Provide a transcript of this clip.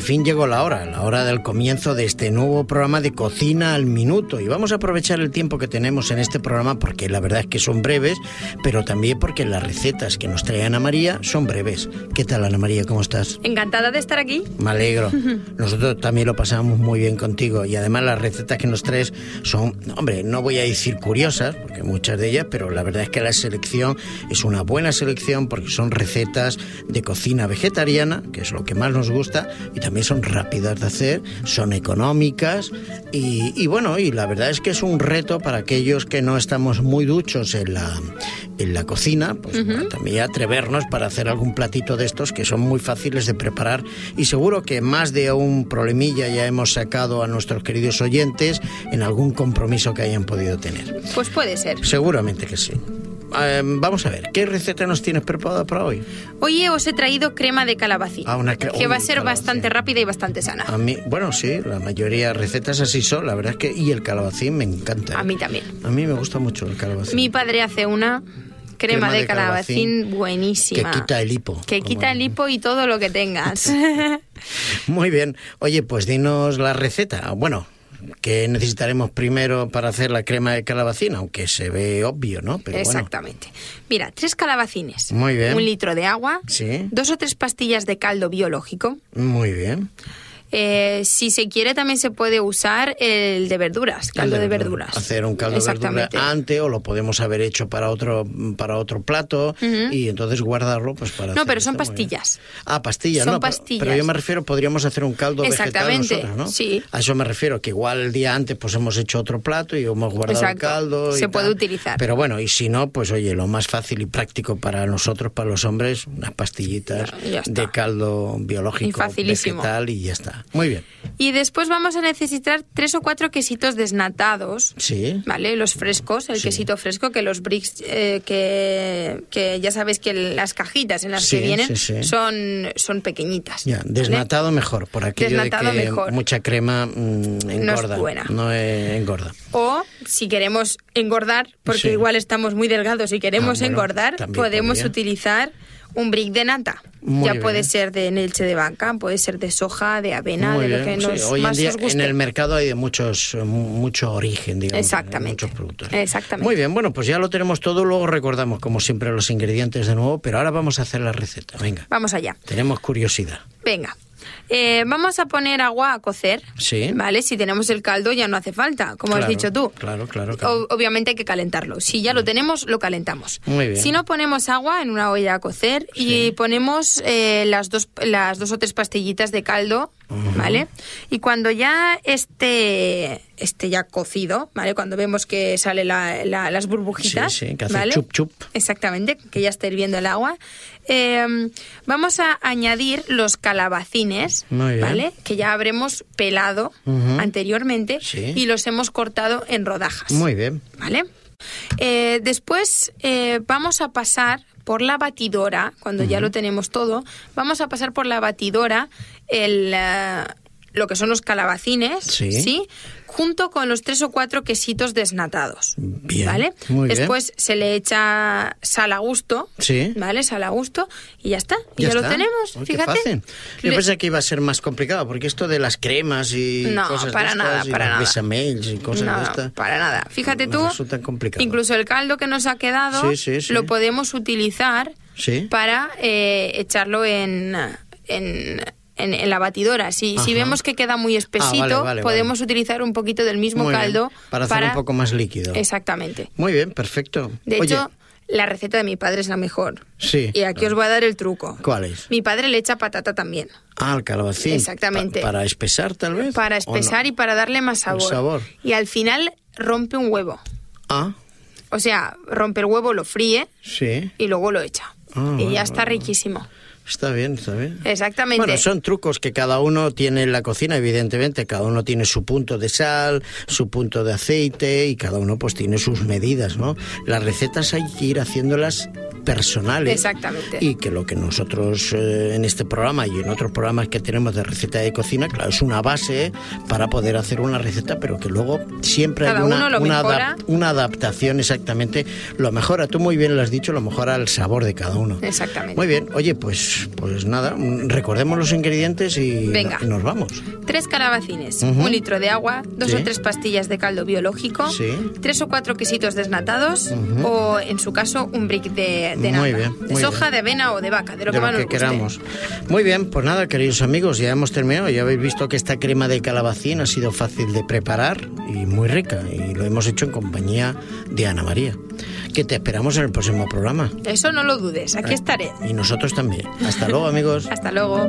fin llegó la hora, la hora del comienzo de este nuevo programa de Cocina al Minuto. Y vamos a aprovechar el tiempo que tenemos en este programa porque la verdad es que son breves, pero también porque las recetas que nos trae Ana María son breves. ¿Qué tal, Ana María? ¿Cómo estás? Encantada de estar aquí. Me alegro. Nosotros también lo pasamos muy bien contigo y además las recetas que nos traes son, hombre, no voy a decir curiosas, porque muchas de ellas, pero la verdad es que la selección es una buena selección porque son recetas de cocina vegetariana, que es lo que más nos gusta, y también son rápidas de hacer, son económicas y, y bueno, y la verdad es que es un reto para aquellos que no estamos muy duchos en la, en la cocina, pues para también atrevernos para hacer algún platito de estos que son muy fáciles de preparar y seguro que más de un problemilla ya hemos sacado a nuestros queridos oyentes en algún compromiso que hayan podido tener. Pues puede ser. Seguramente que sí. Eh, vamos a ver, ¿qué receta nos tienes preparada para hoy? Hoy os he traído crema de calabacín, Ah, una cre- Ah, que va a uy, ser calabacín. bastante rápida y bastante sana. A mí, bueno, sí, la mayoría de recetas así son, la verdad es que... Y el calabacín me encanta. ¿eh? A mí también. A mí me gusta mucho el calabacín. Mi padre hace una crema, Crema de, de calabacín, calabacín buenísima. que quita el hipo, Que como quita el el- hipo y todo lo que tengas. Muy bien. Oye, pues dinos la receta. Bueno, que necesitaremos primero para hacer la crema de calabacín, aunque se ve obvio, ¿no? Pero bueno. Exactamente. Mira, tres calabacines. Muy bien. Un litro de agua. Sí. Dos o tres pastillas de caldo biológico. Muy bien. Eh, si se quiere, también se puede usar el de verduras, caldo de verduras. Hacer un caldo de verduras Exactamente. antes o lo podemos haber hecho para otro para otro plato y entonces guardarlo pues para No, hacer pero son esto, muy bien. pastillas. Ah, pastillas, Son no, pero- Pero, pastillas. yo me refiero podríamos hacer un caldo vegetal Exactamente, nosotros, ¿no? sí. A eso me refiero, que igual el día antes pues hemos hecho otro plato y hemos guardado el Exacto, caldo y se puede tal. utilizar. Pero bueno, y si no, pues oye, lo más fácil y práctico para nosotros, para los hombres, unas pastillitas Ya- ya está. de caldo biológico Y facilísimo. vegetal y ya está. Muy bien. Y después vamos a necesitar tres o cuatro quesitos desnatados. Sí. ¿Vale? Los frescos, el Sí. quesito fresco, que los bricks, eh, que, que ya sabéis que las cajitas en las Sí, que vienen sí, sí. son, son pequeñitas. Ya, ¿vale? desnatado mejor, por aquello Desnatado de que mejor. mucha crema mm, engorda. buena. no, eh, engorda. O si queremos engordar, porque Sí. igual estamos muy delgados y queremos Ah, bueno, engordar, también podemos podría. utilizar un brick de nata. Muy ya bien. puede ser de leche de vaca, puede ser de soja, de avena, Muy de lo que bien, nos sí. Hoy en más día os guste. en el mercado hay de muchos eh, mu- mucho origen, digamos, de Exactamente. muchos productos. Exactamente. Muy bien, bueno, pues ya lo tenemos todo, luego recordamos como siempre los ingredientes de nuevo, pero ahora vamos a hacer la receta. Venga. Vamos allá. Tenemos curiosidad. Venga. Eh, vamos a poner agua a cocer. Sí. ¿Vale? Si tenemos el caldo ya no hace falta, como has Claro, dicho tú. claro, claro, claro. Mm. O- obviamente hay que calentarlo. Si ya lo tenemos, lo calentamos. Muy bien. Si no, ponemos agua en una olla a cocer y Sí. ponemos eh, las, dos, las dos o tres pastillitas de caldo, ¿vale? Y cuando ya esté, esté ya cocido, ¿vale? Cuando vemos que sale la- la- las burbujitas. Sí, sí, que hace ¿vale? chup, chup. Exactamente, que ya está hirviendo el agua. Eh, vamos a añadir los calabacines, Muy bien. ¿vale? Que ya habremos pelado Ujú. anteriormente Sí. y los hemos cortado en rodajas. Muy bien. ¿Vale? Eh, después eh, vamos a pasar por la batidora, cuando ya lo tenemos todo, vamos a pasar por la batidora el, eh, lo que son los calabacines, Sí. Junto con los tres o cuatro quesitos desnatados. Bien, ¿Vale? muy bien. después se le echa sal a gusto. Sí. ¿Vale? Sal a gusto. Y ya está. Y ya, lo está. tenemos. Uy, qué fíjate. fácil. Yo Le- pensé que iba a ser más complicado, porque esto de las cremas y No, cosas de para estas, nada, y para los nada. bechamels y cosas No, de no, estas. para nada. Fíjate me tú, resulta complicado. incluso el caldo que nos ha quedado Sí, sí, sí. lo podemos utilizar Sí. para eh, echarlo en, en, en- en la batidora. Si, si Ajá. Ah, vemos que queda muy espesito, vale, vale. podemos utilizar un poquito del mismo Muy bien, caldo para hacer un poco más líquido. Exactamente. Muy bien, perfecto. De Oye, hecho, la receta de mi padre es la mejor. Sí, Y aquí claro. os voy a dar el truco. ¿Cuál es? Mi padre le echa patata también. Ah, el calabacín. Exactamente. Pa- para espesar, tal vez. Para espesar y para darle más El sabor. sabor. Y al final rompe un huevo. Ah, O sea, rompe el huevo, lo fríe sí. y luego lo echa. Ah, y vale, ya está riquísimo. Está bien, está bien. Exactamente. Bueno, son trucos que cada uno tiene en la cocina, evidentemente. Cada uno tiene su punto de sal, su punto de aceite y cada uno pues tiene sus medidas, ¿no? Las recetas hay que ir haciéndolas personales. Exactamente. Y que lo que nosotros eh, en este programa y en otros programas que tenemos de receta de cocina, claro, es una base para poder hacer una receta, pero que luego siempre Cada hay uno una, lo una, mejora. una adaptación exactamente. Lo mejora, tú muy bien lo has dicho, lo mejora el sabor de cada uno. Exactamente. Muy bien, oye, pues, pues nada, mm, recordemos los ingredientes y Venga. y nos vamos. Tres calabacines, Ujú. un litro de agua, dos Sí. o tres pastillas de caldo biológico, Sí. tres o cuatro quesitos desnatados Ujú. o, en su caso, un brick de, de Muy nata, bien, de muy soja, bien. de avena o de vaca, de lo de que más lo que nos queramos. guste. Muy bien, pues nada, queridos amigos, ya hemos terminado. Ya habéis visto que esta crema de calabacín ha sido fácil de preparar y muy rica. Y lo hemos hecho en compañía de Ana María, que te esperamos en el próximo programa. Eso no lo dudes, aquí estaré. Y nosotros también. Hasta luego, amigos. Hasta luego.